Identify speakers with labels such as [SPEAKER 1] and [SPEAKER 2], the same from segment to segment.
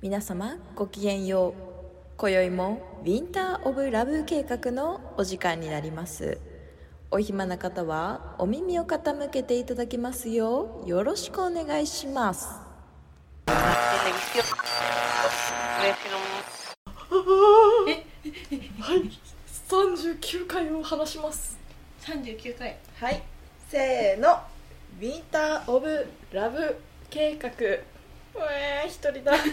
[SPEAKER 1] 皆様ごきげんよう今宵もウィンター・オブ・ラブ計画のお時間になりますお暇な方はお耳を傾けていただきますようよろしくお願いします
[SPEAKER 2] televisión. Voy a hacer un
[SPEAKER 1] はい39回を話します
[SPEAKER 3] 三十九回。
[SPEAKER 1] はいせーのウィンター・オブ・ラブ計画うえー、一人だ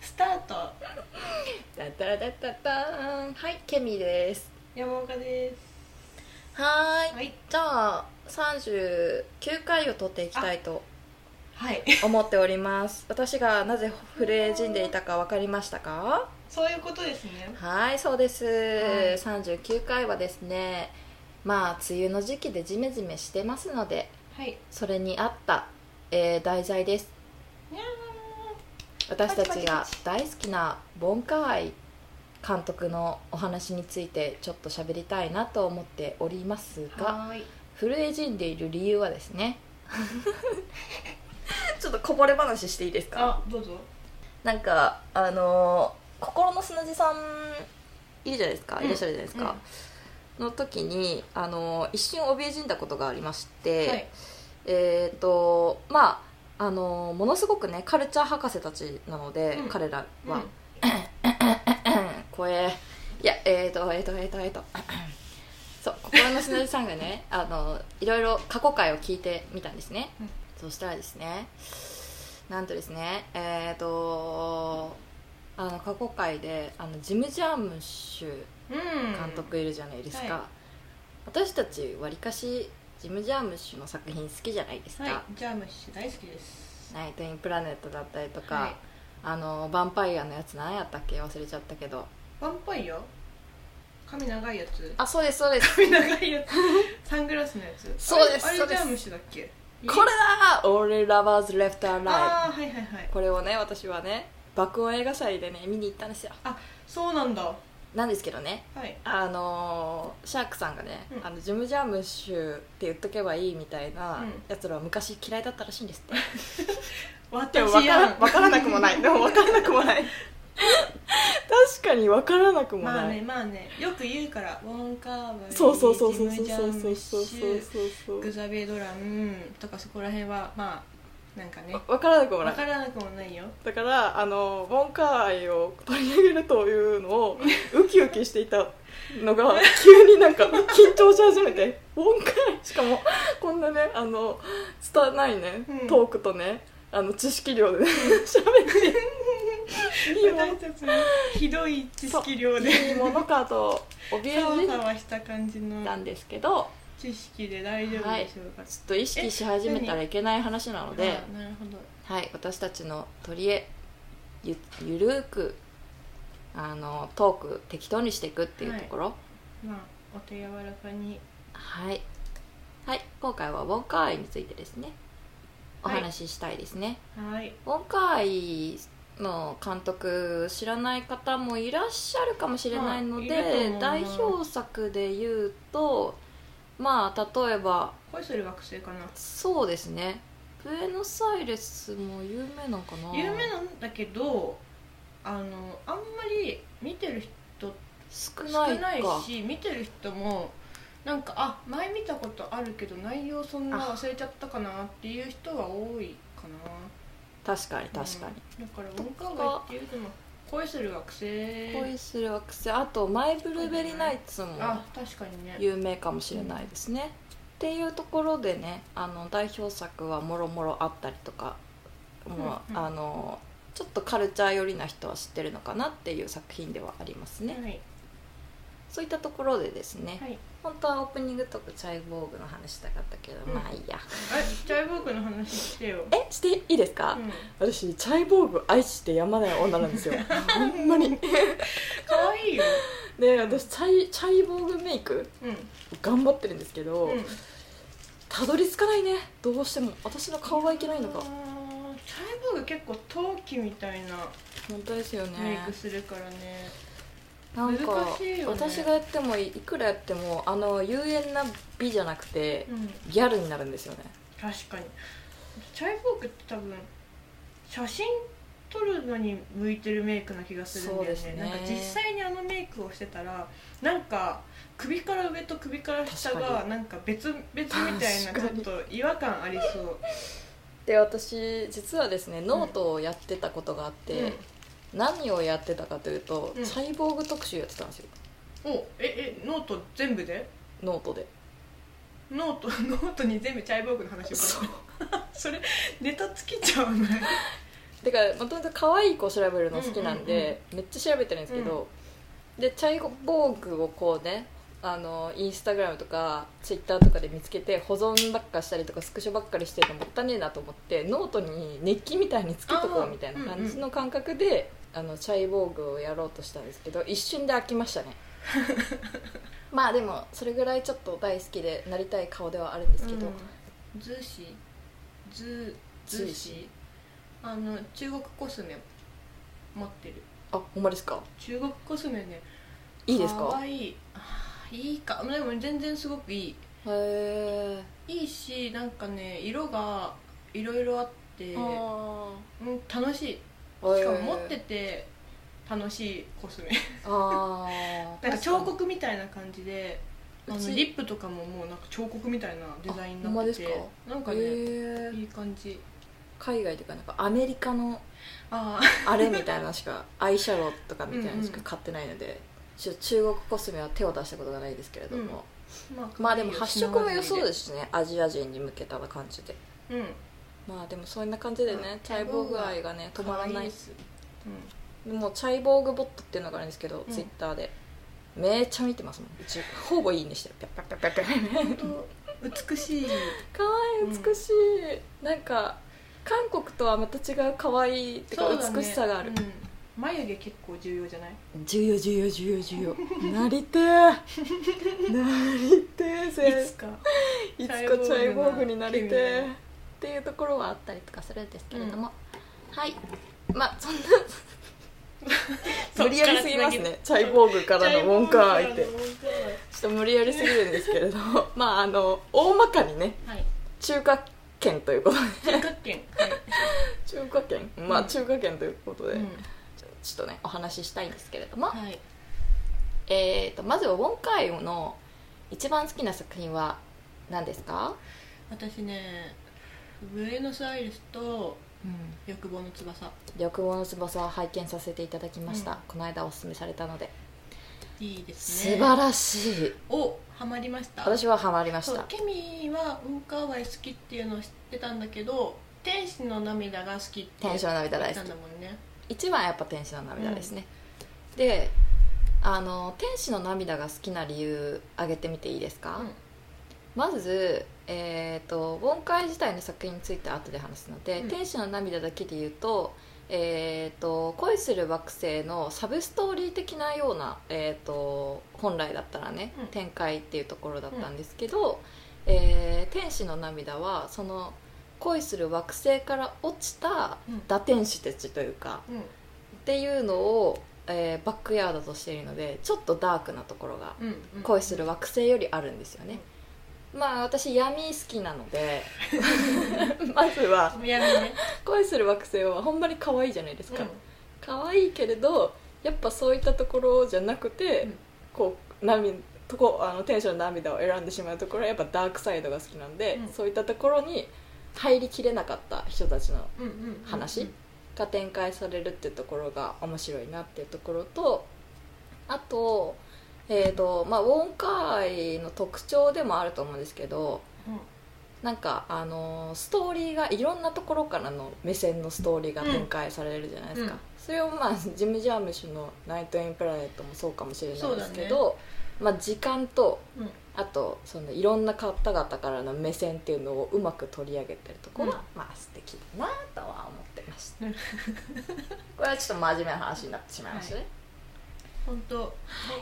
[SPEAKER 3] スタート。
[SPEAKER 1] だったらだったったんはいケミです
[SPEAKER 3] 山岡です。
[SPEAKER 1] はーい
[SPEAKER 3] はい。
[SPEAKER 1] じゃあ39回を撮っていきたいと
[SPEAKER 3] はい。
[SPEAKER 1] 思っております私がなぜフレージンでいたか分かりましたか
[SPEAKER 3] そういうことですね。
[SPEAKER 1] はいそうです、
[SPEAKER 3] い
[SPEAKER 1] 39回はですねまあ梅雨の時期でジメジメしてますので
[SPEAKER 3] はい。
[SPEAKER 1] それに合った、えー題材です
[SPEAKER 3] にゃ
[SPEAKER 1] 私た
[SPEAKER 3] パ
[SPEAKER 1] ち
[SPEAKER 3] チパチ
[SPEAKER 1] が
[SPEAKER 3] パチ
[SPEAKER 1] 大好きなボンカワイ監督のお話についてちょっと喋りたいなと思っております
[SPEAKER 3] ー
[SPEAKER 1] が
[SPEAKER 3] はーい。
[SPEAKER 1] 震え死んでいる理由はですね ちょっとこぼれ話していいです
[SPEAKER 3] あ、どうぞ。
[SPEAKER 1] なんかあのー心の砂地さんいるじゃないですか、
[SPEAKER 3] うん
[SPEAKER 1] いらっしゃるじゃないですか、の時にあのー一瞬怯え死んだことがありまして、
[SPEAKER 3] はい。
[SPEAKER 1] えっ、とまああのーものすごくねカルチャー博士たちなので、
[SPEAKER 3] うん
[SPEAKER 1] 彼ら
[SPEAKER 3] うん
[SPEAKER 1] は、怖えいやえっ、とえっ、とえっ、とえっ、と そう心の砂地さんがねあのいろいろ過去回を聞いてみたんですね、
[SPEAKER 3] うん
[SPEAKER 1] そしたらですねなんとですねえっ、とあの過去回であのジム・ジャームッシュ
[SPEAKER 3] うん。
[SPEAKER 1] 監督いるじゃないですか、
[SPEAKER 3] うんはい
[SPEAKER 1] 私たちわりかしジム・ジャームッシュの作品好きじゃないですか、
[SPEAKER 3] はい。ジャームッシュ大好きです。
[SPEAKER 1] ナイト・イン・プラネットだったりとか、
[SPEAKER 3] はい
[SPEAKER 1] あのヴァンパイアのやつ何やったっけ忘れちゃったけど
[SPEAKER 3] ヴァンパイア。髪長いやつ。
[SPEAKER 1] あそうですそうです
[SPEAKER 3] 髪長いやつ。サングラスのやつ。
[SPEAKER 1] そうです
[SPEAKER 3] あれ
[SPEAKER 1] そ
[SPEAKER 3] あ
[SPEAKER 1] うで
[SPEAKER 3] れジ
[SPEAKER 1] す
[SPEAKER 3] ャームッシュだっけ。
[SPEAKER 1] これだー All Lovers Left Alive
[SPEAKER 3] ああ、はいはいはい。
[SPEAKER 1] これをね私はね爆音映画祭でね見に行ったんですよ
[SPEAKER 3] そうなんだ。は
[SPEAKER 1] なんですけどね
[SPEAKER 3] い。
[SPEAKER 1] あのーシャークさんがね、
[SPEAKER 3] うん
[SPEAKER 1] あのジム・ジャームッシュって言っとけばいいみたいな
[SPEAKER 3] うん
[SPEAKER 1] やつらは昔嫌いだったらしいんですって、でも
[SPEAKER 3] 私
[SPEAKER 1] 分から
[SPEAKER 3] やん。
[SPEAKER 1] 分からなくもないでも分からなくもない確かに分からなくもない、
[SPEAKER 3] まあねまあねよく言うからウォンカーバー
[SPEAKER 1] そうそうそうそうそう
[SPEAKER 3] ジム
[SPEAKER 1] そうそう
[SPEAKER 3] ジャ
[SPEAKER 1] そ
[SPEAKER 3] ー
[SPEAKER 1] うそ
[SPEAKER 3] ム
[SPEAKER 1] う
[SPEAKER 3] シ
[SPEAKER 1] そう
[SPEAKER 3] ュグザビエドラムとかそこら辺はまあなんかね
[SPEAKER 1] 分からなくもな
[SPEAKER 3] わ
[SPEAKER 1] い
[SPEAKER 3] からなくもないよ
[SPEAKER 1] だからあのボンカー愛を取り上げるというのをウキウキしていたの が急になんか緊張し始めてボンカー愛しかもこんなねあの拙いね、
[SPEAKER 3] うん
[SPEAKER 1] トークとねあの知識量でね喋っていいも
[SPEAKER 3] 私たちのひどい知識量で
[SPEAKER 1] のいいものかと
[SPEAKER 3] ざわ
[SPEAKER 1] 怯え
[SPEAKER 3] ざわした感じの
[SPEAKER 1] たんですけど
[SPEAKER 3] 知識で大丈夫でしょうか、
[SPEAKER 1] ちょっと意識し始めたらいけない話なので。
[SPEAKER 3] あなるほど
[SPEAKER 1] はい、私たちの取り柄ゆゆるーくあのトーク適当にしていくっていうところ
[SPEAKER 3] まあお手柔らかに
[SPEAKER 1] はい、はい今回はウォンカーアイについてですねお話ししたいですね、
[SPEAKER 3] はい
[SPEAKER 1] ウォンカーアイの監督知らない方もいらっしゃるかもしれないので、
[SPEAKER 3] はいいると思うな
[SPEAKER 1] 代表作で言うとまあ例えば
[SPEAKER 3] 恋する惑星かな
[SPEAKER 1] そうですねプエノサイレスも有名なんかな
[SPEAKER 3] 有名なんだけどあのあんまり見てる人
[SPEAKER 1] 少な
[SPEAKER 3] 少
[SPEAKER 1] いか
[SPEAKER 3] ないし見てる人もなんかあ前見たことあるけど内容そんな忘れちゃったかなっていう人は多いかな
[SPEAKER 1] 確かに確かに、
[SPEAKER 3] だから文化街っていうのも恋する惑星
[SPEAKER 1] 恋する惑星あと「マイ・ブルーベリー・ナイツ」も
[SPEAKER 3] あ確かにね
[SPEAKER 1] 有名かもしれないですねっていうところでねあの代表作はもろもろあったりとか、もう
[SPEAKER 3] うんうん
[SPEAKER 1] あのちょっとカルチャー寄りな人は知ってるのかなっていう作品ではありますね、
[SPEAKER 3] はい
[SPEAKER 1] そういったところでですね、
[SPEAKER 3] はい
[SPEAKER 1] 本当はオープニングとかチャイボーグの話したかったけど、
[SPEAKER 3] うん
[SPEAKER 1] まあいいや
[SPEAKER 3] えチャイボーグの話してよ
[SPEAKER 1] えしていいですか、
[SPEAKER 3] うん
[SPEAKER 1] 私チャイボーグ愛してやまない女なん ですよほんまに
[SPEAKER 3] 可愛いよ
[SPEAKER 1] で私チャイチャイボーグメイク
[SPEAKER 3] うん
[SPEAKER 1] 頑張ってるんですけど、
[SPEAKER 3] うん
[SPEAKER 1] たどり着かないねどうしても私の顔がいけないのか
[SPEAKER 3] あーチャイボーグ結構陶器みたいな
[SPEAKER 1] 本当ですよ
[SPEAKER 3] メイ
[SPEAKER 1] ね
[SPEAKER 3] クするからね
[SPEAKER 1] なんか
[SPEAKER 3] 難しいよね
[SPEAKER 1] 私がやってもいいくらやってもあの有縁な美じゃなくて
[SPEAKER 3] うん
[SPEAKER 1] ギャルになるんですよね
[SPEAKER 3] 確かにチャイボーグって多分写真撮るのに向いてるメイクな気がするんだよ
[SPEAKER 1] そう
[SPEAKER 3] ね
[SPEAKER 1] ですね
[SPEAKER 3] なんか実際にあのメイクをしてたらなんか首から上と首から下
[SPEAKER 1] 確か
[SPEAKER 3] がなんか別別みたいな
[SPEAKER 1] 確
[SPEAKER 3] ちょ
[SPEAKER 1] か
[SPEAKER 3] っ
[SPEAKER 1] に
[SPEAKER 3] と違和感ありそう
[SPEAKER 1] で私実はですねノートをやってたことがあって、何をやってたかというと、
[SPEAKER 3] うん
[SPEAKER 1] サイボーグ特集やってたんですよ
[SPEAKER 3] うん、おええノート全部で
[SPEAKER 1] ノートで
[SPEAKER 3] ノート ノートに全部チャイボーグの話を書いて
[SPEAKER 1] そう
[SPEAKER 3] それネタ尽きちゃわない
[SPEAKER 1] てかもともと可愛い子調べるの好きなんで、めっちゃ調べてるんですけど、でチャイボーグをこうねあのインスタグラムとかツイッターとかで見つけて保存ばっかしたりとかスクショばっかりしてるのもったいねえなと思ってノートに日記みたいにつけとこ
[SPEAKER 3] あー
[SPEAKER 1] うみたいな感じの感覚で、あのチャイボーグをやろうとしたんですけど一瞬で飽きま したねまあでもそれぐらいちょっと大好きでなりたい顔ではあるんですけど、
[SPEAKER 3] うん、ズーシーズー
[SPEAKER 1] ズ
[SPEAKER 3] ズ
[SPEAKER 1] ー
[SPEAKER 3] ー
[SPEAKER 1] シ
[SPEAKER 3] シーあの中国コスメ持ってる
[SPEAKER 1] あほんまですか
[SPEAKER 3] 中国コスメね
[SPEAKER 1] いいです
[SPEAKER 3] か
[SPEAKER 1] か
[SPEAKER 3] わいいあーいいかでも全然すごくいい
[SPEAKER 1] へえ
[SPEAKER 3] いいしなんかね色がいろいろあって、うん、楽しいしかも持ってて楽しいコスメ
[SPEAKER 1] ああ
[SPEAKER 3] なんか彫刻みたいな感じであの
[SPEAKER 1] うち
[SPEAKER 3] リップとかももうなんか彫刻みたいなデザインに
[SPEAKER 1] あほんま
[SPEAKER 3] なっ
[SPEAKER 1] です
[SPEAKER 3] てて
[SPEAKER 1] か
[SPEAKER 3] なんか
[SPEAKER 1] へ
[SPEAKER 3] ね、
[SPEAKER 1] え
[SPEAKER 3] いい感じ
[SPEAKER 1] 海外というかなんかアメリカの
[SPEAKER 3] ああ
[SPEAKER 1] あれみたいなのしかアイシャドウとかみたいなのし
[SPEAKER 3] うんう
[SPEAKER 1] か
[SPEAKER 3] ん
[SPEAKER 1] 買ってないのでちょっと中国コスメは手を出したことがないですけれども、
[SPEAKER 3] ま
[SPEAKER 1] まあでも発色も良そうですすしねアジア人に向けた感じで
[SPEAKER 3] うん
[SPEAKER 1] まあでもそんな感じでね
[SPEAKER 3] うん
[SPEAKER 1] チャイボーグ愛がね止まら
[SPEAKER 3] 可
[SPEAKER 1] な
[SPEAKER 3] 愛
[SPEAKER 1] い
[SPEAKER 3] ですう
[SPEAKER 1] もうチャイボーグボットっていうのがあるんですけど、
[SPEAKER 3] うん
[SPEAKER 1] ツイッターでめっちゃ見てますもんうちほぼいいねしてるピャッピャッピャッピャッピャッ
[SPEAKER 3] ん本当美しい
[SPEAKER 1] 可愛い美しい、なんか韓国とはまた違う可愛い ってか、
[SPEAKER 3] そうだね
[SPEAKER 1] 美しさがある
[SPEAKER 3] う、ん眉毛結構重要じゃない
[SPEAKER 1] 重要重要重要重要 なりてえなりてえせ
[SPEAKER 3] いつ
[SPEAKER 1] い
[SPEAKER 3] か
[SPEAKER 1] つかチャイボーグになりてえ
[SPEAKER 3] チャイボーグな
[SPEAKER 1] っていうところはあったりとかするんですけれども、はいまあそんな無理やりすぎますねチャイボーグからの文句愛ってちょっと無理やりすぎるんですけれども まああの大まかにね
[SPEAKER 3] はい
[SPEAKER 1] 中華圏ということで
[SPEAKER 3] 中華圏
[SPEAKER 1] 中華圏まあ、
[SPEAKER 3] うん
[SPEAKER 1] 中華圏ということで、
[SPEAKER 3] はい、うん
[SPEAKER 1] ちょちょっとねお話ししたいんですけれども、
[SPEAKER 3] はい
[SPEAKER 1] えー、とまずはウォンカイウの一番好きな作品は何ですか、
[SPEAKER 3] 私ねブエノスアイレスと欲望の翼
[SPEAKER 1] 緑黄の翼を拝見させていただきました、
[SPEAKER 3] うん
[SPEAKER 1] この間おすすめされたので
[SPEAKER 3] いいで
[SPEAKER 1] 素
[SPEAKER 3] すね
[SPEAKER 1] 晴らしい
[SPEAKER 3] おハマりました
[SPEAKER 1] 私はハマりまし
[SPEAKER 3] そう
[SPEAKER 1] た
[SPEAKER 3] ケミはウンカーワイ好きっていうのを知ってたんだけど天使の涙が好きって
[SPEAKER 1] 天使の涙大好き
[SPEAKER 3] 言ってたんだもんね
[SPEAKER 1] 一番はやっぱ天使の涙ですね、であの天使の涙が好きな理由挙げてみていいですか、
[SPEAKER 3] うん
[SPEAKER 1] まず、えー、とウォンカイ自体の作品については後で話すので「
[SPEAKER 3] うん
[SPEAKER 1] 天使の涙」だけで言うと,、えー、と恋する惑星のサブストーリー的なような、えー、と本来だったらね、
[SPEAKER 3] うん
[SPEAKER 1] 展開っていうところだったんですけど、えー天使の涙はその恋する惑星から落ちた
[SPEAKER 3] うん
[SPEAKER 1] 堕天使たちというか、
[SPEAKER 3] うん
[SPEAKER 1] っていうのを、えーバックヤードとしているのでちょっとダークなところが
[SPEAKER 3] うんうん
[SPEAKER 1] 恋する惑星よりあるんですよね、まあ私闇好きなの でまずは
[SPEAKER 3] 闇ね
[SPEAKER 1] 恋する惑星はほんまに可愛いじゃないですか、
[SPEAKER 3] うん
[SPEAKER 1] 可愛いけれどやっぱそういったところじゃなくて、
[SPEAKER 3] うん
[SPEAKER 1] こう涙とこあのテンションの涙を選んでしまうところはやっぱダークサイドが好きなんで、
[SPEAKER 3] うん
[SPEAKER 1] そういったところに入りきれなかった人たちの
[SPEAKER 3] うんうんうんうん
[SPEAKER 1] 話が展開されるっていうところが面白いなっていうところとあと,、えーとまあ、ウォンカーイの特徴でもあると思うんですけど
[SPEAKER 3] うん
[SPEAKER 1] なんかあのーストーリーがいろんなところからの目線のストーリーが展開されるじゃないですか、
[SPEAKER 3] うん
[SPEAKER 1] それを、まあ、ジム・ジャームシュの「ナイト・イン・プラネット」もそうかもしれないですけど、まあ、時間と
[SPEAKER 3] うん
[SPEAKER 1] あとそのいろんな方々からの目線っていうのをうまく取り上げてるところが、まあ素敵だなとは思ってましたこれはちょっと真面目な話になってしまいましたね、
[SPEAKER 3] 本当本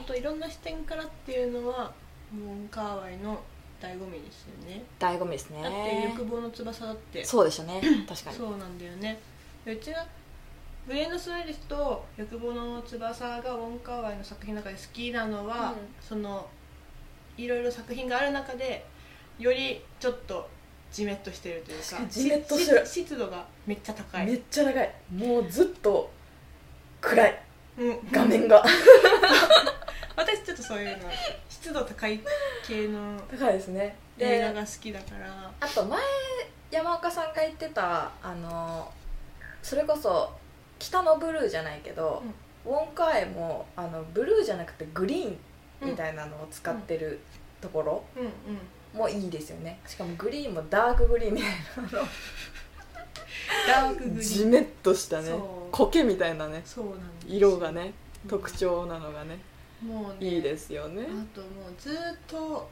[SPEAKER 3] 当いろんな視点からっていうのはモンカーワイの醍醐味ですよね
[SPEAKER 1] 醍醐味です
[SPEAKER 3] だって
[SPEAKER 1] ね
[SPEAKER 3] 欲望の翼だって
[SPEAKER 1] そうでしたね確かに
[SPEAKER 3] そうなんだよねうちがブエノスアイレスと欲望の翼がウォンカーワイの作品の中で好きなのは、
[SPEAKER 1] うん
[SPEAKER 3] そのいろいろ作品がある中でよりちょっとジメッとしてるというか
[SPEAKER 1] 確かにジメッとしてる
[SPEAKER 3] し湿度がめっちゃ高
[SPEAKER 1] め
[SPEAKER 3] い、
[SPEAKER 1] っちゃ長いもうずっと暗い
[SPEAKER 3] うん、
[SPEAKER 1] 画面が
[SPEAKER 3] 私ちょっとそういうの湿度高い系の
[SPEAKER 1] 高いですね
[SPEAKER 3] 映画
[SPEAKER 1] で
[SPEAKER 3] が好きだから
[SPEAKER 1] あと前山岡さんが言ってたあのそれこそ「北のブルー」じゃないけど、ウォンカーエもあのブルーじゃなくてグリーンみたいなのを使ってるところ
[SPEAKER 3] うんうん
[SPEAKER 1] もいいですよねしかもグリーンもダークグリーンみたい
[SPEAKER 3] ダークグリ
[SPEAKER 4] ジ
[SPEAKER 3] ーン
[SPEAKER 4] メッとしたね
[SPEAKER 3] そう
[SPEAKER 4] 苔みたいなね
[SPEAKER 3] そうなんです
[SPEAKER 4] 色がね特徴なのがね
[SPEAKER 3] もうね
[SPEAKER 4] いいですよね
[SPEAKER 3] あともうずーっと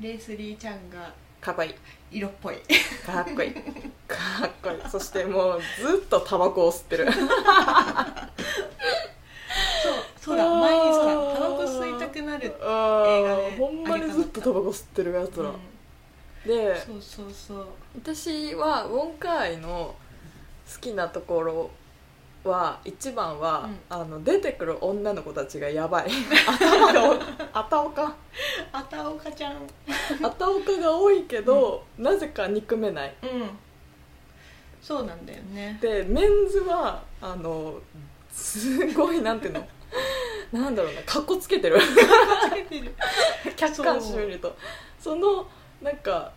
[SPEAKER 3] レイスリーちゃんが
[SPEAKER 4] かわいい
[SPEAKER 3] 色っぽい
[SPEAKER 4] かっこいいかっこいいそしてもうずっとタバコを吸ってる
[SPEAKER 3] そうそうだ前にさタバコ吸いたくなる、
[SPEAKER 4] あ
[SPEAKER 3] 映画で
[SPEAKER 4] ーほんまにずっとタバコ吸ってるやつ
[SPEAKER 3] うん
[SPEAKER 4] ら、で
[SPEAKER 3] そうそうそう
[SPEAKER 4] 私はウォンカーイの好きなところは一番は、あの出てくる女の子たちがや ばい頭がお頭おか
[SPEAKER 3] あたおかちゃんうん
[SPEAKER 4] 頭おかが多いけど、なぜか憎めない
[SPEAKER 3] そうなんだよね
[SPEAKER 4] でメンズはあのすごいなんていう のなんだろうなかっこつけてる
[SPEAKER 3] つけ てる
[SPEAKER 4] 客観視を見るとそのなんか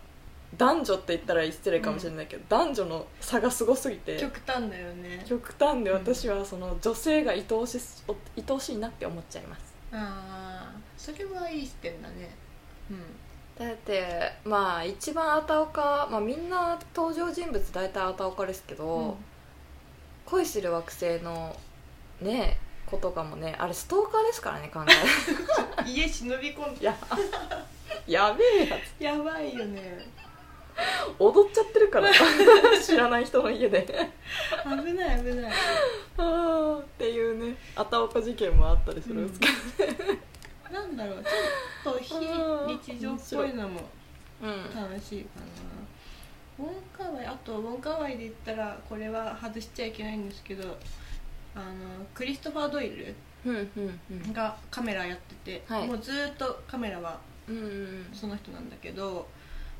[SPEAKER 4] 男女って言ったら失礼かもしれないけど、男女の差がすごすぎて
[SPEAKER 3] 極端だよね
[SPEAKER 4] 極端で
[SPEAKER 3] うん
[SPEAKER 4] 私はその女性が愛おしすお愛おしいなって思っちゃいます
[SPEAKER 3] ああそれはいい視点だねうん
[SPEAKER 4] だってまあ一番あたおか、まあ、みんな登場人物大体あたおかですけど、恋する惑星のね子とかもねあれストーカーですからね考 え
[SPEAKER 3] うん家忍び込んで
[SPEAKER 4] ややべえやつ
[SPEAKER 3] やばいよね
[SPEAKER 4] 踊っちゃってる から知らない人の家で
[SPEAKER 3] 危ない危ない
[SPEAKER 4] あーっていうねあたおか事件もあったりするんですけ
[SPEAKER 3] なんだろうちょっと非日常っぽいのも
[SPEAKER 4] どうん、
[SPEAKER 3] 楽しいかなウォンカワイあとウォンカワイで言ったらこれは外しちゃいけないんですけどあのクリストファー・ドイル
[SPEAKER 4] うんうんうん
[SPEAKER 3] がカメラやってて、
[SPEAKER 4] はい
[SPEAKER 3] もうずーっとカメラは
[SPEAKER 4] うんうん
[SPEAKER 3] その人なんだけど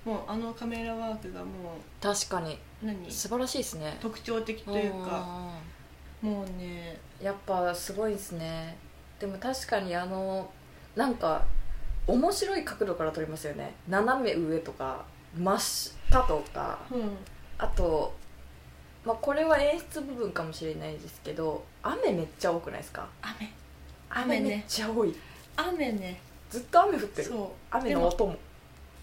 [SPEAKER 3] もうあのカメラワークがも
[SPEAKER 4] 確かに
[SPEAKER 3] う何
[SPEAKER 4] 素晴らしいですね
[SPEAKER 3] 特徴的というか
[SPEAKER 4] あ
[SPEAKER 3] もうね
[SPEAKER 1] なやっぱすごいですねでも確かにあのなんか面白い角度から撮りますよね斜め上とか真下とか
[SPEAKER 3] うん
[SPEAKER 1] あと、まあ、これは演出部分かもしれないですけど雨めっちゃ多くないですか
[SPEAKER 3] 雨
[SPEAKER 1] 雨
[SPEAKER 3] 雨ね
[SPEAKER 1] めっちゃ多い、
[SPEAKER 3] 雨ね
[SPEAKER 1] ずっと雨降ってる
[SPEAKER 3] そう
[SPEAKER 1] 雨
[SPEAKER 3] で
[SPEAKER 1] の
[SPEAKER 3] も
[SPEAKER 4] 音も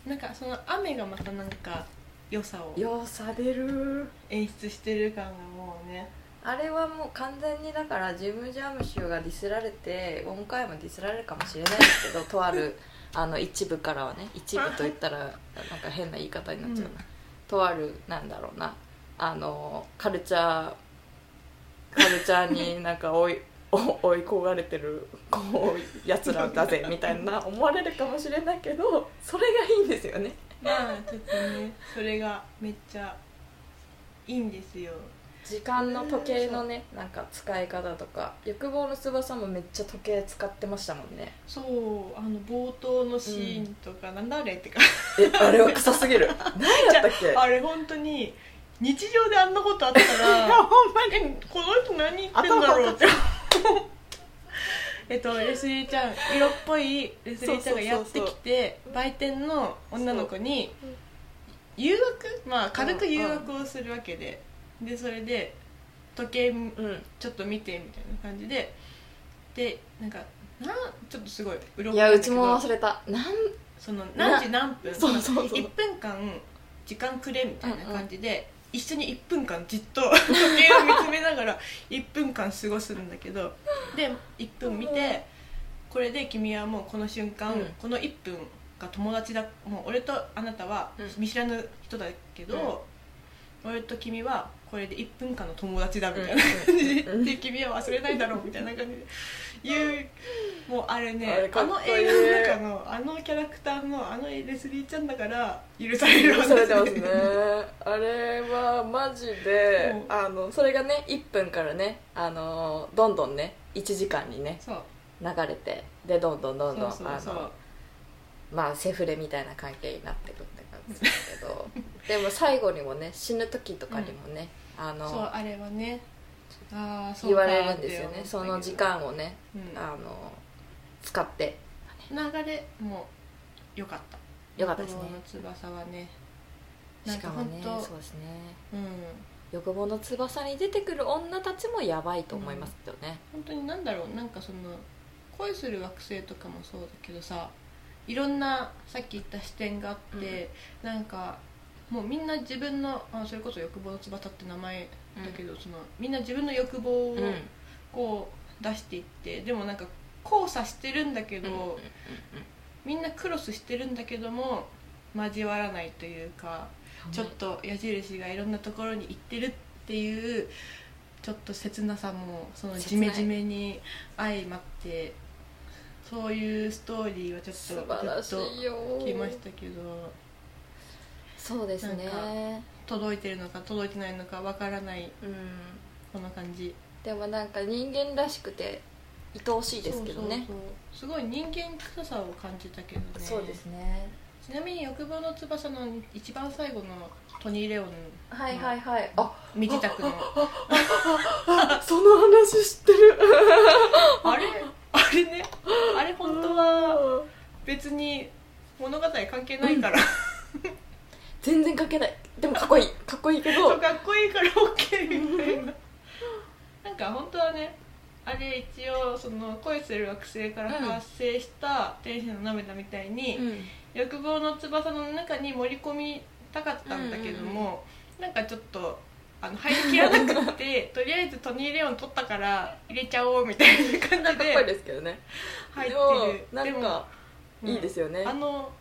[SPEAKER 3] なんかその雨がまたなんか良さを
[SPEAKER 1] ようされる
[SPEAKER 3] 演出してる感がもうね
[SPEAKER 1] あれはもう完全にだからジム・ジャムシューがディスられて今回もディスられるかもしれないですけどとあるあの一部からはね一部と言ったらなんか変な言い方になっちゃうな、
[SPEAKER 3] うん
[SPEAKER 1] とあるなんだろうなあのカルチャーカルチャーになんか追い
[SPEAKER 4] お追い焦がれてるこうやつらだぜみたいな思われるかもしれないけどそれがいいんですよね
[SPEAKER 3] まあちょっとねそれがめっちゃいいんですよ
[SPEAKER 1] 時間の時計のねなんか使い方とか欲望の翼もめっちゃ時計使ってましたもんね
[SPEAKER 3] そうあの冒頭のシーンとか、なんだあれってか
[SPEAKER 4] えあれは臭すぎ る何やったっけ
[SPEAKER 3] あれ本当に日常であんなことあったら
[SPEAKER 4] ほんま
[SPEAKER 3] えこの人何言ってんだろうって えっとレスリーちゃん色っぽいレスリーちゃんがやってきて売店の女の子に誘惑まあ軽く誘惑をするわけででそれで時計
[SPEAKER 4] うん
[SPEAKER 3] ちょっと見てみたいな感じででなんかなんちょっとすごいう
[SPEAKER 1] い
[SPEAKER 3] ろ覚え
[SPEAKER 1] や
[SPEAKER 3] なんだ
[SPEAKER 1] う
[SPEAKER 3] け
[SPEAKER 1] ち
[SPEAKER 3] ど
[SPEAKER 1] も忘れたなん
[SPEAKER 3] その何時何分
[SPEAKER 4] そうそうそう
[SPEAKER 3] 1分間時間くれみたいな感じで、一緒に1分間じっと 時計を見つめながら1分間過ごすんだけどで1分見てこれで君はもうこの瞬間、
[SPEAKER 4] うん
[SPEAKER 3] この1分が友達だもう俺とあなたは
[SPEAKER 4] うん
[SPEAKER 3] 見知らぬ人だけど、俺と君はこれで1分間の友達だみたいな感じで,、
[SPEAKER 4] うん
[SPEAKER 3] 君は忘れないだろうみたいな感じで言うもうあれね
[SPEAKER 4] あれ
[SPEAKER 3] あ
[SPEAKER 4] かっこ
[SPEAKER 3] の
[SPEAKER 4] いい
[SPEAKER 3] 映画の中のあのキャラクターのあのレスリーちゃんだから許される
[SPEAKER 4] 許されてますねあれはマジで
[SPEAKER 3] うん
[SPEAKER 4] あのそれがね1分からねあのどんどんね1時間にね
[SPEAKER 3] そう
[SPEAKER 4] 流れてでどんどんど
[SPEAKER 3] そ
[SPEAKER 4] んど
[SPEAKER 3] うんそう
[SPEAKER 4] あ
[SPEAKER 3] そ
[SPEAKER 4] の
[SPEAKER 3] う
[SPEAKER 4] まあセフレみたいな関係になってるって感じですけど
[SPEAKER 1] でも最後にもね死ぬ時とかにもね、あ
[SPEAKER 3] そう
[SPEAKER 1] の
[SPEAKER 3] あれはねああそう
[SPEAKER 1] 言
[SPEAKER 3] か
[SPEAKER 1] わ
[SPEAKER 3] ー
[SPEAKER 1] れるんですよね
[SPEAKER 3] って
[SPEAKER 1] そ
[SPEAKER 3] 思
[SPEAKER 1] の
[SPEAKER 3] った
[SPEAKER 1] 時
[SPEAKER 3] けど
[SPEAKER 1] 間をね、
[SPEAKER 3] うん
[SPEAKER 1] あの使って
[SPEAKER 3] 流れも良かった
[SPEAKER 1] よかったですね
[SPEAKER 3] 心の翼はね
[SPEAKER 1] しかもね
[SPEAKER 3] なんか本当
[SPEAKER 1] そうですね
[SPEAKER 3] うん
[SPEAKER 1] 欲望の翼に出てくる女たちもやばいと思いますけどね、
[SPEAKER 3] 本当になんだろうなんかその恋する惑星とかもそうだけどさいろんなさっき言った視点があって、なんかもうみんな自分のあそれこそ欲望の翼って名前だけど、そのみんな自分の欲望を
[SPEAKER 1] うん
[SPEAKER 3] こう出していって、でもなんか交差してるんだけど、
[SPEAKER 1] うんうん
[SPEAKER 3] みんなクロスしてるんだけども交わらないというかちょっと矢印がいろんなところに行ってるっていうちょっと切なさもその
[SPEAKER 1] 切
[SPEAKER 3] ジ
[SPEAKER 1] ない
[SPEAKER 3] メジメに相まってそういうストーリーはちょっと
[SPEAKER 1] 素晴らしいよ
[SPEAKER 3] グッときましたけど
[SPEAKER 1] そうですね
[SPEAKER 3] 届いてるのか届いてないのかわからない
[SPEAKER 1] うん
[SPEAKER 3] この感じ
[SPEAKER 1] でもなんか人間らしくて愛おしいですけどね
[SPEAKER 3] そうそうそうすごい人間臭さを感じたけどね
[SPEAKER 1] ね
[SPEAKER 3] ちなみに欲望の翼の一番最後のトニー・レオン
[SPEAKER 1] はいはいはいあ
[SPEAKER 3] 身支度の
[SPEAKER 1] その話知ってる
[SPEAKER 3] あれあれねあれ本当は別に物語関係ないから、
[SPEAKER 1] 全然書けないでもかっこいいかっこいいけど
[SPEAKER 3] そうかっこいいから OK みたいななんか本当はねあれ一応その恋する惑星から発生した天使の涙みたいに、
[SPEAKER 1] うん
[SPEAKER 3] 欲望の翼の中に盛り込みたかったんだけども、なんかちょっとあの入りきらな くてとりあえずトニー・レオン取ったから入れちゃおうみたいな感じ
[SPEAKER 1] かっこいい
[SPEAKER 3] で
[SPEAKER 1] ですけどね
[SPEAKER 3] 入ってる
[SPEAKER 1] でもなんか
[SPEAKER 3] うん
[SPEAKER 1] いいですよね
[SPEAKER 3] あの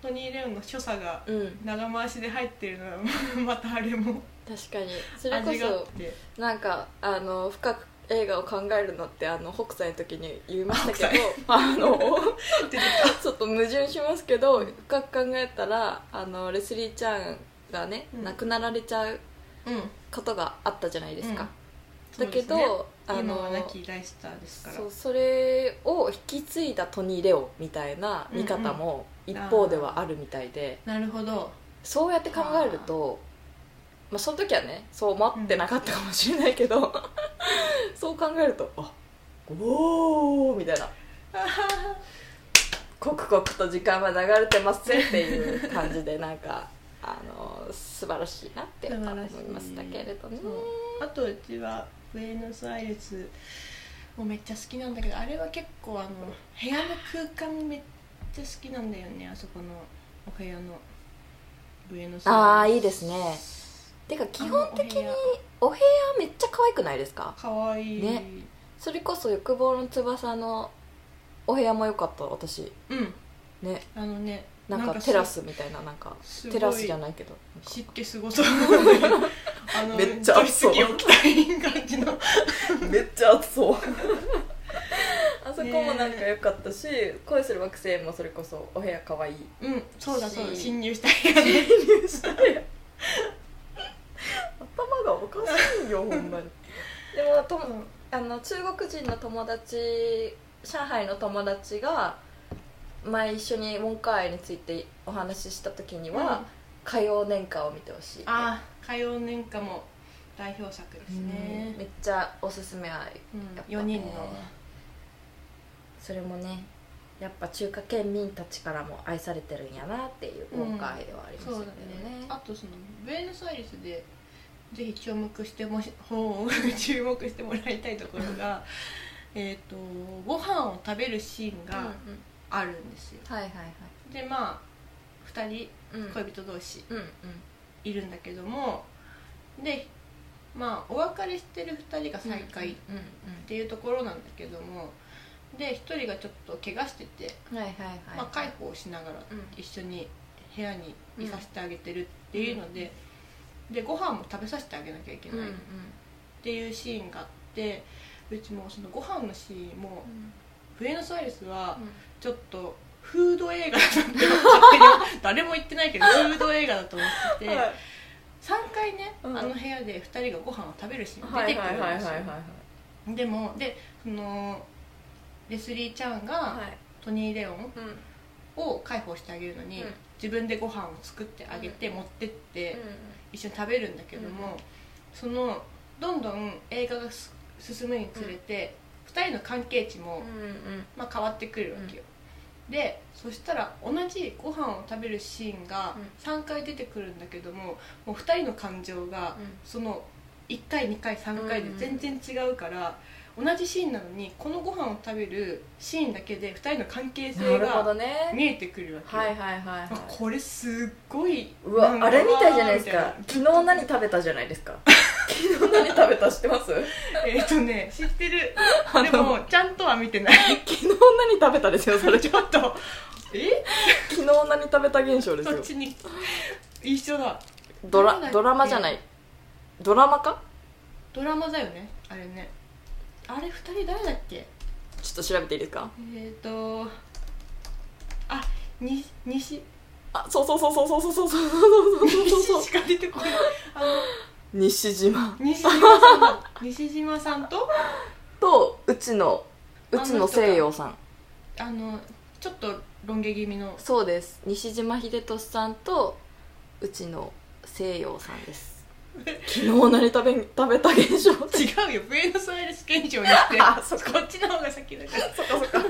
[SPEAKER 3] トニー・レオンの所作が
[SPEAKER 1] うん
[SPEAKER 3] 長回しで入ってるのは またあれも
[SPEAKER 1] 確かにそれこ
[SPEAKER 3] 味があっ
[SPEAKER 1] そ
[SPEAKER 3] て
[SPEAKER 1] なんかあの深く映画を考えるのってあの北斎の時に言いましたけど
[SPEAKER 3] 北斎
[SPEAKER 1] あの
[SPEAKER 3] 出て
[SPEAKER 1] ちょっと矛盾しますけど深く考えたらあのレスリーちゃんがね、
[SPEAKER 3] うん
[SPEAKER 1] 亡くなられちゃう
[SPEAKER 3] た、うん、
[SPEAKER 1] ことがあったじゃないですか、
[SPEAKER 3] そう
[SPEAKER 1] だ
[SPEAKER 3] で
[SPEAKER 1] け
[SPEAKER 3] す
[SPEAKER 1] ど、
[SPEAKER 3] ね
[SPEAKER 1] あ
[SPEAKER 3] 今は
[SPEAKER 1] の
[SPEAKER 3] 亡きライスターですから
[SPEAKER 1] そうそれを引き継いだトニー・レオみたいな見方も一方ではあるみたいで、
[SPEAKER 3] なるほ ど
[SPEAKER 1] そうやって考えるとまあ、その時はねそう思ってなかったかもしれないけど、 そう考えるとあおーみたいな刻々と時間は流れてますねっていう感じでなん かあの素晴らしいなってやっぱ思いましたけれどね
[SPEAKER 3] そうあとうちはブエノスアイレスもめっちゃ好きなんだけどあれは結構あの部屋の空間めっちゃ好きなんだよねあそこのお部屋のブエノス
[SPEAKER 1] ああ
[SPEAKER 3] アイレス
[SPEAKER 1] いいですねてか基本的に
[SPEAKER 3] あの
[SPEAKER 1] お部屋めっちゃ可愛くないですか
[SPEAKER 3] かわいい、
[SPEAKER 1] ねそれこそ欲望の翼のお部屋も良かった私
[SPEAKER 3] うん
[SPEAKER 1] ね
[SPEAKER 3] あのね
[SPEAKER 1] なんか
[SPEAKER 3] す
[SPEAKER 1] テラスみたいななんか
[SPEAKER 3] すごい
[SPEAKER 1] テラスじゃないけど
[SPEAKER 3] 湿気す ごそうあの
[SPEAKER 1] めっちゃ暑そう
[SPEAKER 3] 取り次ぎ起きたい感じの
[SPEAKER 1] めっちゃ暑そうあそこもなんか良かったし、恋する惑星もそれこそお部屋可愛い
[SPEAKER 3] うんそうだそうだ
[SPEAKER 1] し
[SPEAKER 3] 侵入した部屋で
[SPEAKER 1] 頭がおかしい よほんまにでもとも
[SPEAKER 3] うん
[SPEAKER 1] あの中国人の友達上海の友達が前一緒にウォンカー愛についてお話しした時には、
[SPEAKER 3] うん
[SPEAKER 1] 火曜年間を見てほしいね、
[SPEAKER 3] ああ火曜年間も代表作です
[SPEAKER 1] うんめ
[SPEAKER 3] ね、
[SPEAKER 1] っちゃおすすめある
[SPEAKER 3] うん
[SPEAKER 1] やっぱね
[SPEAKER 3] 4人の
[SPEAKER 1] それもねやっぱ中華県民たちからも愛されてるんやなっていう今回ではあります
[SPEAKER 3] そ
[SPEAKER 1] よ
[SPEAKER 3] うだ
[SPEAKER 1] ね
[SPEAKER 3] ね,、あとそのブエノスアイレスでぜひ注目してもしほう注目してもらいたいところが えっとご飯を食べるシーン
[SPEAKER 1] うんうん
[SPEAKER 3] があるんですよ、
[SPEAKER 1] はいはいはい
[SPEAKER 3] でまあ2人
[SPEAKER 1] うんうん
[SPEAKER 3] 恋人同士
[SPEAKER 1] うん
[SPEAKER 3] いるんだけどもでまあお別れしてる2人が再会っ
[SPEAKER 1] うん
[SPEAKER 3] ていうところなんだけどもで1人がちょっと怪我してて、
[SPEAKER 1] うんはいはいはい、
[SPEAKER 3] まあ、介抱しながら
[SPEAKER 1] うん
[SPEAKER 3] 一緒に部屋にいさせてあげてるっていうので、でご飯も食べさせてあげなきゃいけ
[SPEAKER 1] うんう
[SPEAKER 3] ないっ
[SPEAKER 1] ん
[SPEAKER 3] ていうシーンがあってうちもそのご飯のシーンもブエノスアイレスはちょっとフード映画だと思って勝手に 誰も言ってないけどフード映画だと思ってて、
[SPEAKER 1] はい
[SPEAKER 3] 3回ね、
[SPEAKER 1] うん
[SPEAKER 3] あの部屋で2人がご飯を食べるシーン
[SPEAKER 1] は
[SPEAKER 3] が出
[SPEAKER 1] い
[SPEAKER 3] てく
[SPEAKER 1] は
[SPEAKER 3] る
[SPEAKER 1] い
[SPEAKER 3] ん
[SPEAKER 1] はいはい
[SPEAKER 3] ですよ
[SPEAKER 1] はい
[SPEAKER 3] でもでそのレスリーちゃんが
[SPEAKER 1] はい
[SPEAKER 3] トニー・レオン
[SPEAKER 1] うん
[SPEAKER 3] を介抱してあげるのに、
[SPEAKER 1] うん
[SPEAKER 3] 自分でご飯を作ってあげて、持ってって、一緒に食べるんだけども、そのどんどん映画がす進むにつれて、二人の関係値も、まあ、変わってくるわけよ、でそしたら同じご飯を食べるシーンが
[SPEAKER 1] うん
[SPEAKER 3] 3回出てくるんだけどももう2人の感情が
[SPEAKER 1] うん
[SPEAKER 3] その1回2回3回で
[SPEAKER 1] うん
[SPEAKER 3] 全然違うから同じシーンなのにこのご飯を食べるシーンだけで2人の関係
[SPEAKER 1] な
[SPEAKER 3] 性
[SPEAKER 1] るほど
[SPEAKER 3] が
[SPEAKER 1] ね
[SPEAKER 3] 見えてくるわけよ
[SPEAKER 1] はいはいはいはい
[SPEAKER 3] あこれすっごいう
[SPEAKER 1] わ
[SPEAKER 3] なんか
[SPEAKER 1] あれみたいじゃないです
[SPEAKER 3] わ
[SPEAKER 1] か
[SPEAKER 3] ーみたい
[SPEAKER 1] 昨
[SPEAKER 3] な
[SPEAKER 1] 日何食べたじゃないですか昨日何食べた知ってます
[SPEAKER 3] えっと ね知ってる
[SPEAKER 1] あ
[SPEAKER 3] で
[SPEAKER 1] の
[SPEAKER 3] もちゃんとは見てない
[SPEAKER 1] 昨日何食べたですよそれ
[SPEAKER 3] ちょっとえ
[SPEAKER 1] 昨日何食べた現象です
[SPEAKER 3] そっ
[SPEAKER 1] よ
[SPEAKER 3] ちに一緒だ
[SPEAKER 1] ド
[SPEAKER 3] なんだっ
[SPEAKER 1] ラ
[SPEAKER 3] け
[SPEAKER 1] ドラマじゃないドラマか
[SPEAKER 3] ドラマだよねあれねあれ二人誰だっけ
[SPEAKER 1] ちょっと調べていいですか
[SPEAKER 3] えっ、ー、とあに西
[SPEAKER 1] あそうそうそうそうそうそうそうそうそうそうそう
[SPEAKER 3] 西 しか出て こないあ
[SPEAKER 1] 西島
[SPEAKER 3] の西島さんだ西島さんと
[SPEAKER 1] とうちのうちの西洋さん
[SPEAKER 3] あのちょっとロン毛気味の
[SPEAKER 1] そうです西島秀俊さんとうちの西洋さん です昨日何食べ食べた現象
[SPEAKER 3] 違うよブエノスアイレス現象にして
[SPEAKER 1] あそっか
[SPEAKER 3] こっちの方が先だから
[SPEAKER 1] そっかそっかい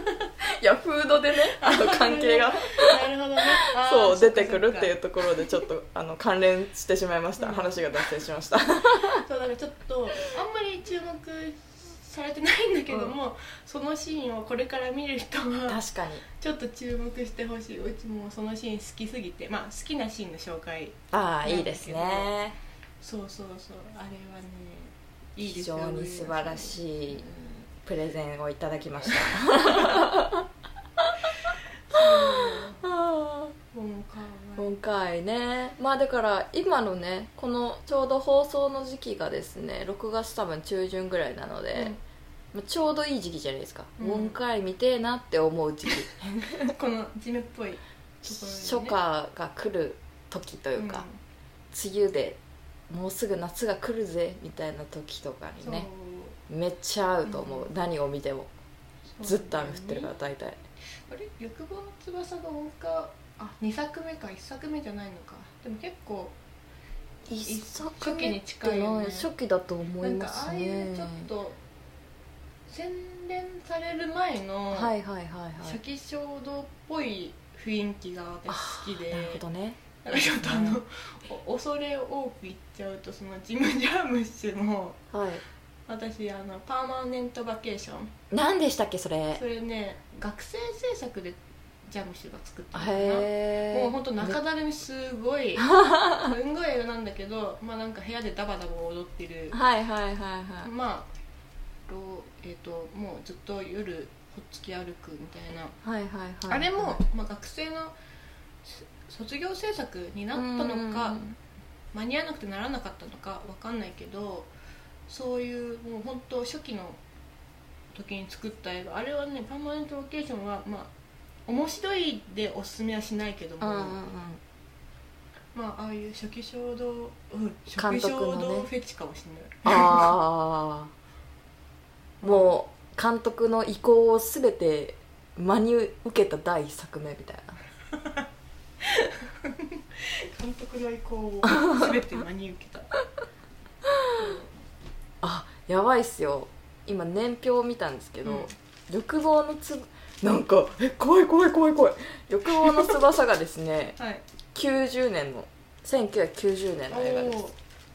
[SPEAKER 1] やフードで ねあの関係が
[SPEAKER 3] なるほどねあー
[SPEAKER 1] そう
[SPEAKER 3] そ
[SPEAKER 1] 出
[SPEAKER 3] っか
[SPEAKER 1] てくるってい
[SPEAKER 3] そう
[SPEAKER 1] ところでちょっとあの関連してしまいました、
[SPEAKER 3] うん
[SPEAKER 1] 話が脱線しま した
[SPEAKER 3] っかそうだからちょっとあんまり注目されてないんだけども、そのシーンをこれから見る人は
[SPEAKER 1] かに
[SPEAKER 3] ちょっと注目してほしいうちもそのシーン好きすぎてまあ好きなシーンの紹介
[SPEAKER 1] ああいいですね
[SPEAKER 3] そうそうそうあれはねいいで
[SPEAKER 1] 非
[SPEAKER 3] すよ
[SPEAKER 1] 常に素晴ら
[SPEAKER 3] い、
[SPEAKER 1] し
[SPEAKER 3] うん
[SPEAKER 1] いプレゼンをいただきま した
[SPEAKER 3] もうかわいい
[SPEAKER 1] 今回ねまあだから今のねこのちょうど放送の時期がですね6月多分中旬ぐらいなので、まあちょうどいい時期じゃないですか
[SPEAKER 3] うん
[SPEAKER 1] 4回見てえなって思う時期、
[SPEAKER 3] うんこの地面っぽい
[SPEAKER 1] 初夏が来る時というか、、梅雨でもうすぐ夏が来るぜみたいな時とか
[SPEAKER 3] うん
[SPEAKER 1] にねめっちゃ合うと思う、
[SPEAKER 3] うん
[SPEAKER 1] 何を見ても
[SPEAKER 3] そう
[SPEAKER 1] ずっと雨降ってるから
[SPEAKER 3] そう
[SPEAKER 1] 大体
[SPEAKER 3] だよねあれ欲望の翼が音かあ二2作目か1作目じゃないのかでも結構
[SPEAKER 1] 一
[SPEAKER 3] 初期に近いよね
[SPEAKER 1] 初期だと思
[SPEAKER 3] ないん
[SPEAKER 1] ま
[SPEAKER 3] かあ
[SPEAKER 1] す
[SPEAKER 3] あ
[SPEAKER 1] ね
[SPEAKER 3] いうちょっと洗練される前の、
[SPEAKER 1] はいはいはいはい
[SPEAKER 3] 初期衝動っぽい雰囲気が私好きで
[SPEAKER 1] なるほどね
[SPEAKER 3] なんかちょっとあの、お 恐れ多く言っちゃうとそのジム・ジャームッシュも
[SPEAKER 1] はい
[SPEAKER 3] 私あのパーマネントバケーション
[SPEAKER 1] 何でしたっけそれ
[SPEAKER 3] それね学生制作でジャームッシュが作ったのかな
[SPEAKER 1] へえ
[SPEAKER 3] もうほんと中だるみすごいすんごい映画なんだけどまあなんか部屋でダバダバ踊ってる
[SPEAKER 1] はいはいはいはい
[SPEAKER 3] まあろうえっ、ともうずっと夜ほっつき歩くみたいな
[SPEAKER 1] はいはいはい
[SPEAKER 3] あれも、まあ、学生のす卒業制作になったのか間に合わなくてならなかったのかわかんないけどそういうもう本当初期の時に作った映画あれはね「パーマネントロケーションは」まあ面白いでおすすめはしないけど
[SPEAKER 1] う
[SPEAKER 3] も、
[SPEAKER 1] んうんうん
[SPEAKER 3] まあああいう初期衝動、うん、初
[SPEAKER 1] 監督
[SPEAKER 3] 期
[SPEAKER 1] の
[SPEAKER 3] 衝
[SPEAKER 1] ね
[SPEAKER 3] 動フェチかもしれない
[SPEAKER 1] ああもう監督の意向を全て真に受けた第一作目みたいな
[SPEAKER 3] 監督の意向を全て真 に受けた
[SPEAKER 1] あやばいっすよ今年表を見たんですけど、
[SPEAKER 3] うん
[SPEAKER 1] 欲望のつなんかえ怖い怖い怖い怖い欲望の翼がですね
[SPEAKER 3] はい
[SPEAKER 1] 90年の1990年の映画です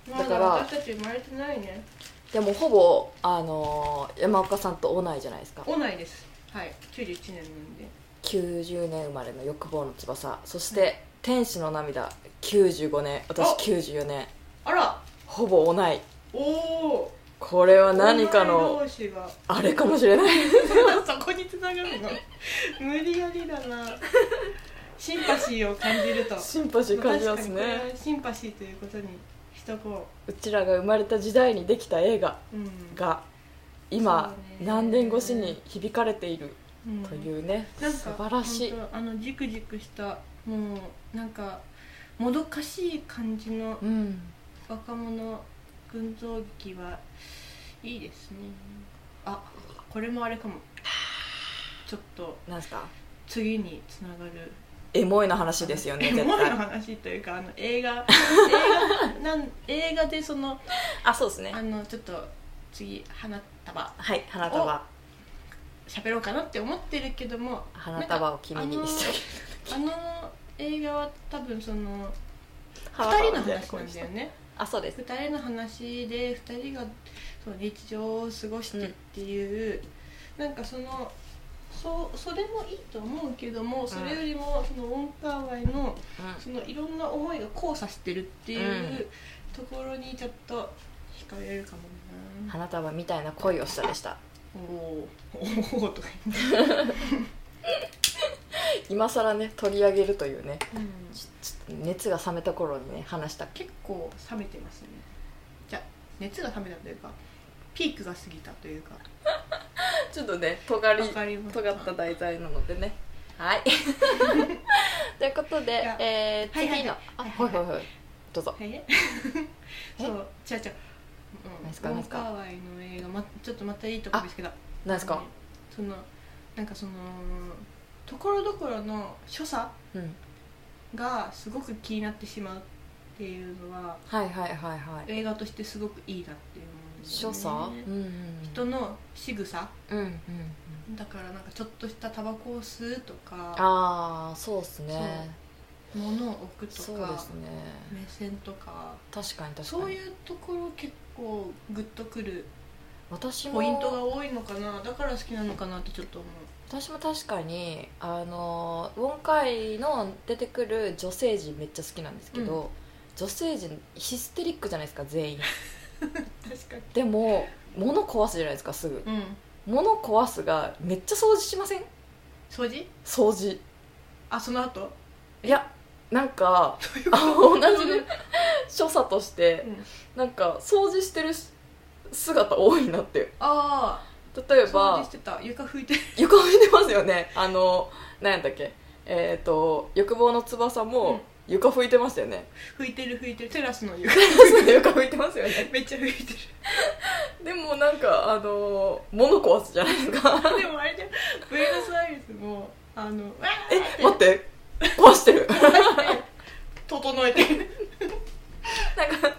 [SPEAKER 3] お
[SPEAKER 1] だ
[SPEAKER 3] ーま
[SPEAKER 1] か
[SPEAKER 3] だ
[SPEAKER 1] ら
[SPEAKER 3] 私たち生まれてないね
[SPEAKER 1] でもほぼ、あのー山岡さんと同いじゃないですか
[SPEAKER 3] オナイですはい91年なんで
[SPEAKER 1] 90年生まれの欲望の翼そして「天使の涙」95年私
[SPEAKER 3] あ
[SPEAKER 1] 94年
[SPEAKER 3] あら
[SPEAKER 1] ほぼ同い
[SPEAKER 3] おお
[SPEAKER 1] これは何かの
[SPEAKER 3] 同士が
[SPEAKER 1] あれかもしれない
[SPEAKER 3] そこに繋 がるの無理やりだなシンパシーを感じると
[SPEAKER 1] シンパシー感じます
[SPEAKER 3] まあ確かに
[SPEAKER 1] ね
[SPEAKER 3] これはシンパシーということにしとこ
[SPEAKER 1] うちらが生まれた時代にできた映画
[SPEAKER 3] う、うん
[SPEAKER 1] が今
[SPEAKER 3] そうね
[SPEAKER 1] 何年越しに響かれている
[SPEAKER 3] うん
[SPEAKER 1] というね、
[SPEAKER 3] なんか
[SPEAKER 1] 素晴らしい
[SPEAKER 3] 本当あのジクジクしたもうなんかもどかしい感じの
[SPEAKER 1] うん
[SPEAKER 3] 若者群像劇はいいですねあこれもあれかもちょっと
[SPEAKER 1] なんですか
[SPEAKER 3] 次につながる
[SPEAKER 1] エモいの話ですよね
[SPEAKER 3] エ
[SPEAKER 1] 絶
[SPEAKER 3] モいの
[SPEAKER 1] 対
[SPEAKER 3] 話というかあの映画映画なん映画でその
[SPEAKER 1] あそうですね
[SPEAKER 3] あのちょっと次花束
[SPEAKER 1] はい花束
[SPEAKER 3] 喋ろうかなって思ってるけども
[SPEAKER 1] 花束を君にして
[SPEAKER 3] あの映画は多分その
[SPEAKER 1] あ
[SPEAKER 3] 2人の話なんだよね
[SPEAKER 1] あそうです
[SPEAKER 3] 2人の話で2人がその日常を過ごしてっていう、なんかそのそうそれもいいと思うけどもそれよりもそのウォンカーワイの
[SPEAKER 1] う
[SPEAKER 3] そのいろんな思いが交差してるっていううところにちょっと惹かれるかも
[SPEAKER 1] ん
[SPEAKER 3] な、
[SPEAKER 1] 花束みたいな恋をしたでした
[SPEAKER 3] おーおおとか言って、
[SPEAKER 1] 今更ね取り上げるというねちょちょっと熱が冷めた頃にね話した
[SPEAKER 3] 結構冷めてますねじゃあ熱が冷めたというかピークが過ぎたというか
[SPEAKER 1] ちょっとね尖
[SPEAKER 3] わかります
[SPEAKER 1] 尖った題材なのでねはい ということで
[SPEAKER 3] いや、
[SPEAKER 1] えー、
[SPEAKER 3] はいはい
[SPEAKER 1] 次のあ
[SPEAKER 3] はい
[SPEAKER 1] は
[SPEAKER 3] はい
[SPEAKER 1] いはいはいどうぞ
[SPEAKER 3] え
[SPEAKER 1] え
[SPEAKER 3] そう違う違う
[SPEAKER 1] 何です
[SPEAKER 3] う
[SPEAKER 1] か
[SPEAKER 3] ん
[SPEAKER 1] 何
[SPEAKER 3] ウォン
[SPEAKER 1] ですか
[SPEAKER 3] カーワイの映画、ま、ちょっとまたいいとこですけど
[SPEAKER 1] 何ですか、
[SPEAKER 3] そのなんかそのところどころの所作
[SPEAKER 1] うん、
[SPEAKER 3] がすごく気になってしまうっていうのは
[SPEAKER 1] はいはいはいはい
[SPEAKER 3] 映画としてすごくいいなっていう思うんです
[SPEAKER 1] 所
[SPEAKER 3] よね
[SPEAKER 1] 作、うんうん
[SPEAKER 3] 人の仕草
[SPEAKER 1] うんうんうん
[SPEAKER 3] だからなんかちょっとしたタバコを吸うとか
[SPEAKER 1] ああそうですね
[SPEAKER 3] 物を置くと
[SPEAKER 1] そうで
[SPEAKER 3] か
[SPEAKER 1] すね
[SPEAKER 3] 目線とか
[SPEAKER 1] 確かに確かに
[SPEAKER 3] そういうところ結構グッとくる
[SPEAKER 1] 私も
[SPEAKER 3] ポイントが多いのかなだから好きなのかなってちょっと思う
[SPEAKER 1] 私も確かにあのウォンカイの出てくる女性陣めっちゃ好きなんですけど、女性陣ヒステリックじゃないですか全員
[SPEAKER 3] 確かに
[SPEAKER 1] でも物壊すじゃないですかすぐ
[SPEAKER 3] うん
[SPEAKER 1] 物壊すがめっちゃ掃除しません
[SPEAKER 3] 掃除
[SPEAKER 1] 掃除
[SPEAKER 3] あその後
[SPEAKER 1] いやなんか同じね所作として
[SPEAKER 3] うん
[SPEAKER 1] なんか掃除してるし姿多いなって
[SPEAKER 3] あ
[SPEAKER 1] 例え
[SPEAKER 3] あ掃除
[SPEAKER 1] ば
[SPEAKER 3] してた床拭いてる
[SPEAKER 1] 床を見てますよねあの何やったっけえっ、と欲望の翼も床拭いてましたよ ね、
[SPEAKER 3] 拭いてる拭いてるテラスの床
[SPEAKER 1] 床拭いてますよね
[SPEAKER 3] めっちゃ拭いて
[SPEAKER 1] でもなんかあの物壊すじゃないですか
[SPEAKER 3] るでもあれでブエノスアイレスもあのわーっ
[SPEAKER 1] え待って壊してる
[SPEAKER 3] て整 えてる、
[SPEAKER 1] なんか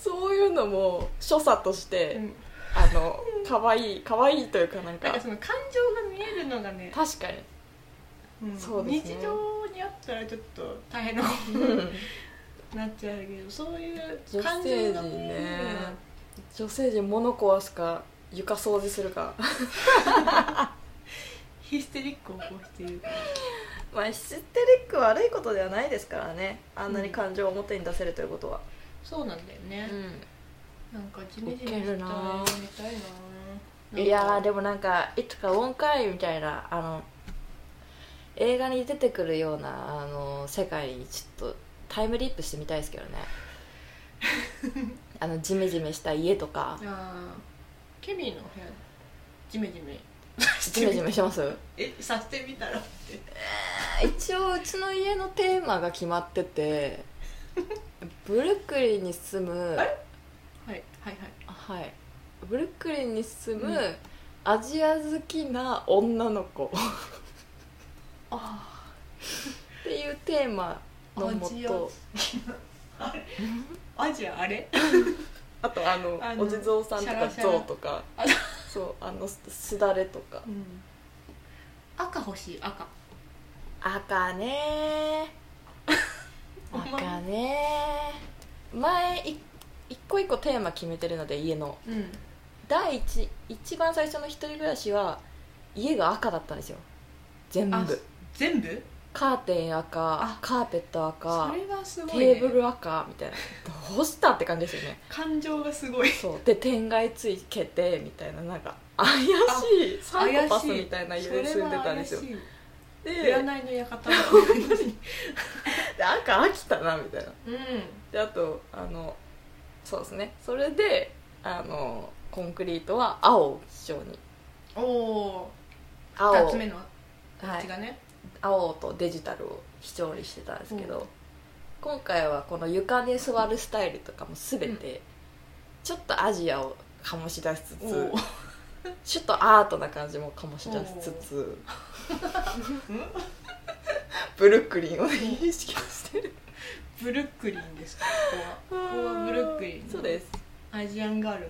[SPEAKER 1] そういうのも所作として、
[SPEAKER 3] うん
[SPEAKER 1] あの可愛い可愛いというかなん
[SPEAKER 3] なん
[SPEAKER 1] か
[SPEAKER 3] かその感情が見えるのがね、
[SPEAKER 1] 確かに、
[SPEAKER 3] うん
[SPEAKER 1] そうですね
[SPEAKER 3] 日常にあったらちょっと大変なことになっちゃうけどそういう
[SPEAKER 1] 女
[SPEAKER 3] 感
[SPEAKER 1] 性
[SPEAKER 3] 情
[SPEAKER 1] 陣
[SPEAKER 3] が見える
[SPEAKER 1] ね
[SPEAKER 3] のが
[SPEAKER 1] 女性陣物壊すか床掃除するか
[SPEAKER 3] ヒステリックを起こしている
[SPEAKER 1] まあヒステリックは悪いことではないですからねあんなに感情を表に出せるということは、
[SPEAKER 3] そうなんだよね、なんかジメジメ
[SPEAKER 1] ウケ
[SPEAKER 3] し
[SPEAKER 1] る
[SPEAKER 3] た映画
[SPEAKER 1] な
[SPEAKER 3] 見たいな
[SPEAKER 1] うんいやー
[SPEAKER 3] で
[SPEAKER 1] でもなんかいつかウォンカイみたいなあの映画に出てくるようなあの世界にちょっとタイムリープしてみたいですけど ねあのジメジメした家とか
[SPEAKER 3] あーケミーの部屋ジメジメ
[SPEAKER 1] ジメジメしてます
[SPEAKER 3] えさせてみたらって
[SPEAKER 1] 一応うちの家のテーマが決まっててブルックリンに住む
[SPEAKER 3] あれはいはいはい
[SPEAKER 1] はいブルックリンに住む、
[SPEAKER 3] うん
[SPEAKER 1] アジア好きな女の子っ
[SPEAKER 3] あ
[SPEAKER 1] ていうテーマのも
[SPEAKER 3] アジア好
[SPEAKER 1] と
[SPEAKER 3] あアジアあれ
[SPEAKER 1] あとあの
[SPEAKER 3] あの
[SPEAKER 1] お地蔵さんと
[SPEAKER 3] シャ
[SPEAKER 1] か
[SPEAKER 3] ラシャラ
[SPEAKER 1] 像とか
[SPEAKER 3] あ
[SPEAKER 1] そうあのすすだれとか
[SPEAKER 3] うん赤欲しい赤
[SPEAKER 1] 赤ね
[SPEAKER 3] お前
[SPEAKER 1] 赤ね前い一個一個テーマ決めてるので家の
[SPEAKER 3] うん
[SPEAKER 1] 第一一番最初の一人暮らしは家が赤だったんですよ全
[SPEAKER 3] あ
[SPEAKER 1] 部
[SPEAKER 3] 全部
[SPEAKER 1] カーテン赤
[SPEAKER 3] あ
[SPEAKER 1] カーペット赤
[SPEAKER 3] それはすごい、ね、
[SPEAKER 1] テーブル赤みたいなどうしたって感じ ですよね
[SPEAKER 3] 感情がすごい
[SPEAKER 1] そうで天外ついけてみたいななんか怪しいサイコパスみたいな家に住んでたんですよ
[SPEAKER 3] それは
[SPEAKER 1] で
[SPEAKER 3] 怪しい占いの 館の
[SPEAKER 1] で赤飽きたなみたいな
[SPEAKER 3] うん
[SPEAKER 1] であとあのそうですねそれであのコンクリートは青を基調に
[SPEAKER 3] おお
[SPEAKER 1] 青
[SPEAKER 3] 2つ目の
[SPEAKER 1] は
[SPEAKER 3] 味
[SPEAKER 1] い、
[SPEAKER 3] がね、
[SPEAKER 1] 青とデジタルを基調にしてたんですけど、
[SPEAKER 3] うん
[SPEAKER 1] 今回はこの床で座るスタイルとかも全て、ちょっとアジアを醸し出しつつ
[SPEAKER 3] おお
[SPEAKER 1] ちょっとアートな感じも醸し出しつつ ブルックリンを認識をしてる
[SPEAKER 3] ブルックリンですかここはここはブルックリンの
[SPEAKER 1] そうです
[SPEAKER 3] アジアンガール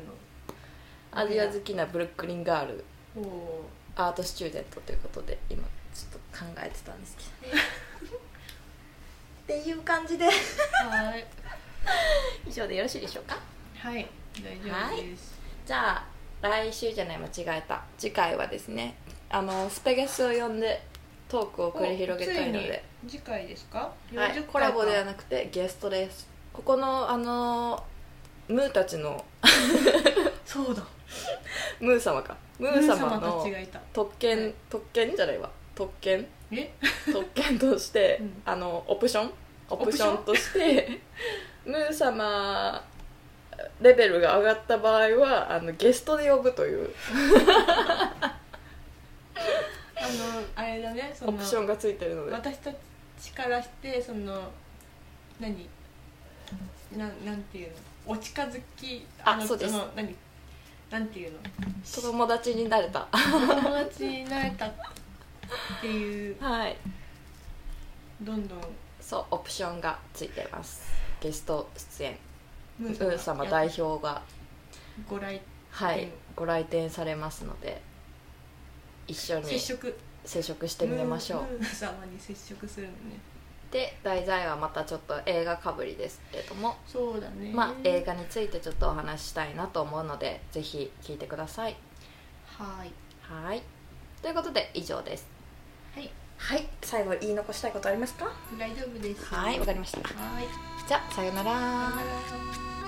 [SPEAKER 1] アジア好きなブルックリンガール
[SPEAKER 3] のこ
[SPEAKER 1] アートスチューデントということで今ちょっと考えてたんですけどね っていう感じで
[SPEAKER 3] うはい
[SPEAKER 1] 以上でよろしいでしょうか
[SPEAKER 3] はい大丈夫です
[SPEAKER 1] じゃあ来週じゃない間違えた次回はですねあのスペゲスを呼んでトークを繰り広げたいので、
[SPEAKER 3] おついに次回ですか
[SPEAKER 1] はい、
[SPEAKER 3] 40
[SPEAKER 1] コラボでは
[SPEAKER 3] 回か
[SPEAKER 1] なくてゲストですここのあのムーたちの
[SPEAKER 3] そうだ
[SPEAKER 1] ムー様かム
[SPEAKER 3] ム
[SPEAKER 1] ー
[SPEAKER 3] ー
[SPEAKER 1] 様
[SPEAKER 3] 様
[SPEAKER 1] の
[SPEAKER 3] たちがいた
[SPEAKER 1] 特権、
[SPEAKER 3] はい
[SPEAKER 1] 特権じゃないわ特 権
[SPEAKER 3] え
[SPEAKER 1] 特権として、
[SPEAKER 3] うん
[SPEAKER 1] あのオプションオプションとして ムー様レベルが上がった場合はあのゲストで呼ぶという
[SPEAKER 3] あのあれだねそ
[SPEAKER 1] オ
[SPEAKER 3] の
[SPEAKER 1] プションがついてるので
[SPEAKER 3] 私たちからしてその何なんなんていうのお近づき
[SPEAKER 1] あ
[SPEAKER 3] の
[SPEAKER 1] そうです
[SPEAKER 3] の何なんていうの
[SPEAKER 1] 友達になれ た
[SPEAKER 3] 友達になれたっていう
[SPEAKER 1] はい
[SPEAKER 3] どんどん
[SPEAKER 1] そうオプションがついてますゲスト出演
[SPEAKER 3] ム
[SPEAKER 1] ムー様代表が
[SPEAKER 3] ご来
[SPEAKER 1] はい、
[SPEAKER 3] うん
[SPEAKER 1] ご来店されますので一緒に
[SPEAKER 3] 接触
[SPEAKER 1] 接触してみましょう
[SPEAKER 3] ムームー様に接触するのね
[SPEAKER 1] で題材はまたちょっと映画かぶりですけれども、
[SPEAKER 3] そうだね
[SPEAKER 1] まあ、映画についてちょっとお話ししたいなと思うのでぜひ聞いてください
[SPEAKER 3] はい
[SPEAKER 1] はいということで以上です
[SPEAKER 3] はい
[SPEAKER 1] はい最後言い残したいことありますか
[SPEAKER 3] 大丈夫です
[SPEAKER 1] はいわかりました
[SPEAKER 3] はい
[SPEAKER 1] じゃあさようなら
[SPEAKER 3] さよなら